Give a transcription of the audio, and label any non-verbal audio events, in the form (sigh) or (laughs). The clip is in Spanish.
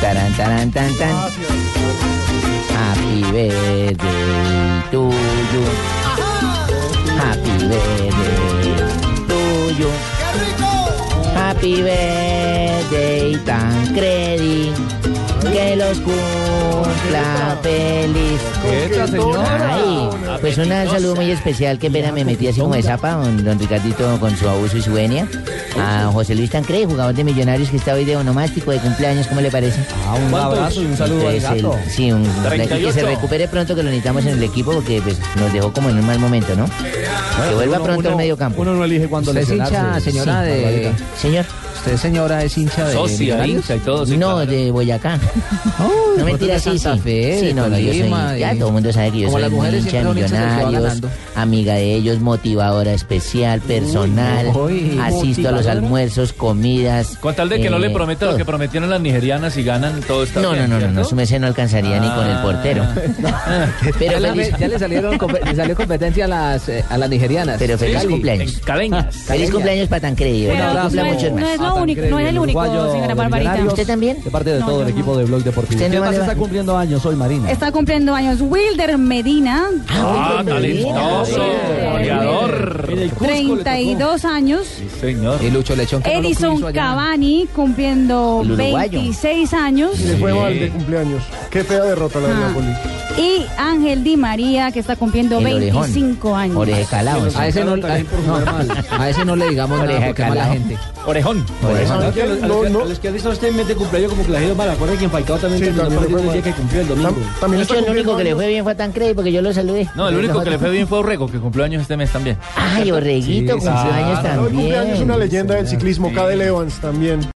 Tarán, tarán, tan, tan. Happy birthday to you. Happy birthday to you. Happy birthday, Tancredi. Que los cumpla feliz. Ay, pues un saludo muy especial. Qué pena me metí así como de zapa, don, don Ricardito, con su abuso y su venia. A José Luis Tancredi, jugador de Millonarios, que está hoy de onomástico de cumpleaños. ¿Cómo le parece? Ah, un abrazo y un saludo al Entonces, el- gato. sí, un, que se recupere pronto, que lo necesitamos en el equipo porque pues, nos dejó como en un mal momento, ¿no? que vuelva pronto al medio campo. Uno no elige cuándo Usted es hincha, lesionarse. señora Sí, de. Barbarita. Señor, Usted, señora, es hincha de. Socia, Millonarios? hincha y todo. sí, no, claro. de Boyacá. no mentira, de sí, sí. Santa Fe, sí, de no, no, yo soy, Tolima, ya y- todo el mundo sabe que yo Como soy las mujeres hincha, siempre son hinchas del que va millonarios, ganando. amiga de ellos, motivadora especial, personal, uy, asisto a los motivadora. almuerzos, comidas. Con tal de que no eh, le prometa lo todo. que prometieron las nigerianas y ganan, todo está No, no, bien, no, no, no, ¿cierto? su merced no alcanzaría ni con el (laughs) portero. Ya, Pero la- feliz, Ah. ya le, salieron, compe- le salió competencia a las, eh, a las nigerianas. pero feliz Cali. cumpleaños. En (laughs) cadeñas. Feliz Cariña. cumpleaños para Tancredi. Un Bueno, abrazo. cumpla muchos No más. es lo Ah, tan único, no es el único, uruguayo señora de Barbarita. Millonarios. ¿Usted también? De parte de No, todo no, el no. equipo de Blog Deportivo. Usted no ¿Quién va más a está levantar. cumpliendo años hoy, Marina? Está cumpliendo años Wilder Medina, Ah, Sí. talentoso, goleador. Mira, el Cusco le tocó. 32 años. Sí, señor. Y Lucho Lechón. que no lo Edison quiso allá. Cavani cumpliendo El uruguayo. 26 años. Le fue mal de cumpleaños. Qué fea derrota la de Ah. Napoli. Y Ángel Di María, que está cumpliendo El orejón. 25 años. Oreja calado. A ese no, Sacaron también por no, jugar mal. a ese no le digamos nada Oreja porque es mala calao. gente. Orejón. ¿Saben qué? No, no. Los que han visto este mes de cumpleaños como que la gente mala. Acuerda que en Falcao también Sí, terminó también le perdiendo el fue día que cumplió el domingo. Tam- También Lucho, está el único cumpliendo que le fue bien fue a Tancredi porque yo lo saludé. No, el único que le fue bien fue a Orrego, que cumplió años este mes también. Ay, Orreguito, Sí, cumpleaños años. Hoy también. cumpleaños una leyenda del ciclismo, Cadel Evans también.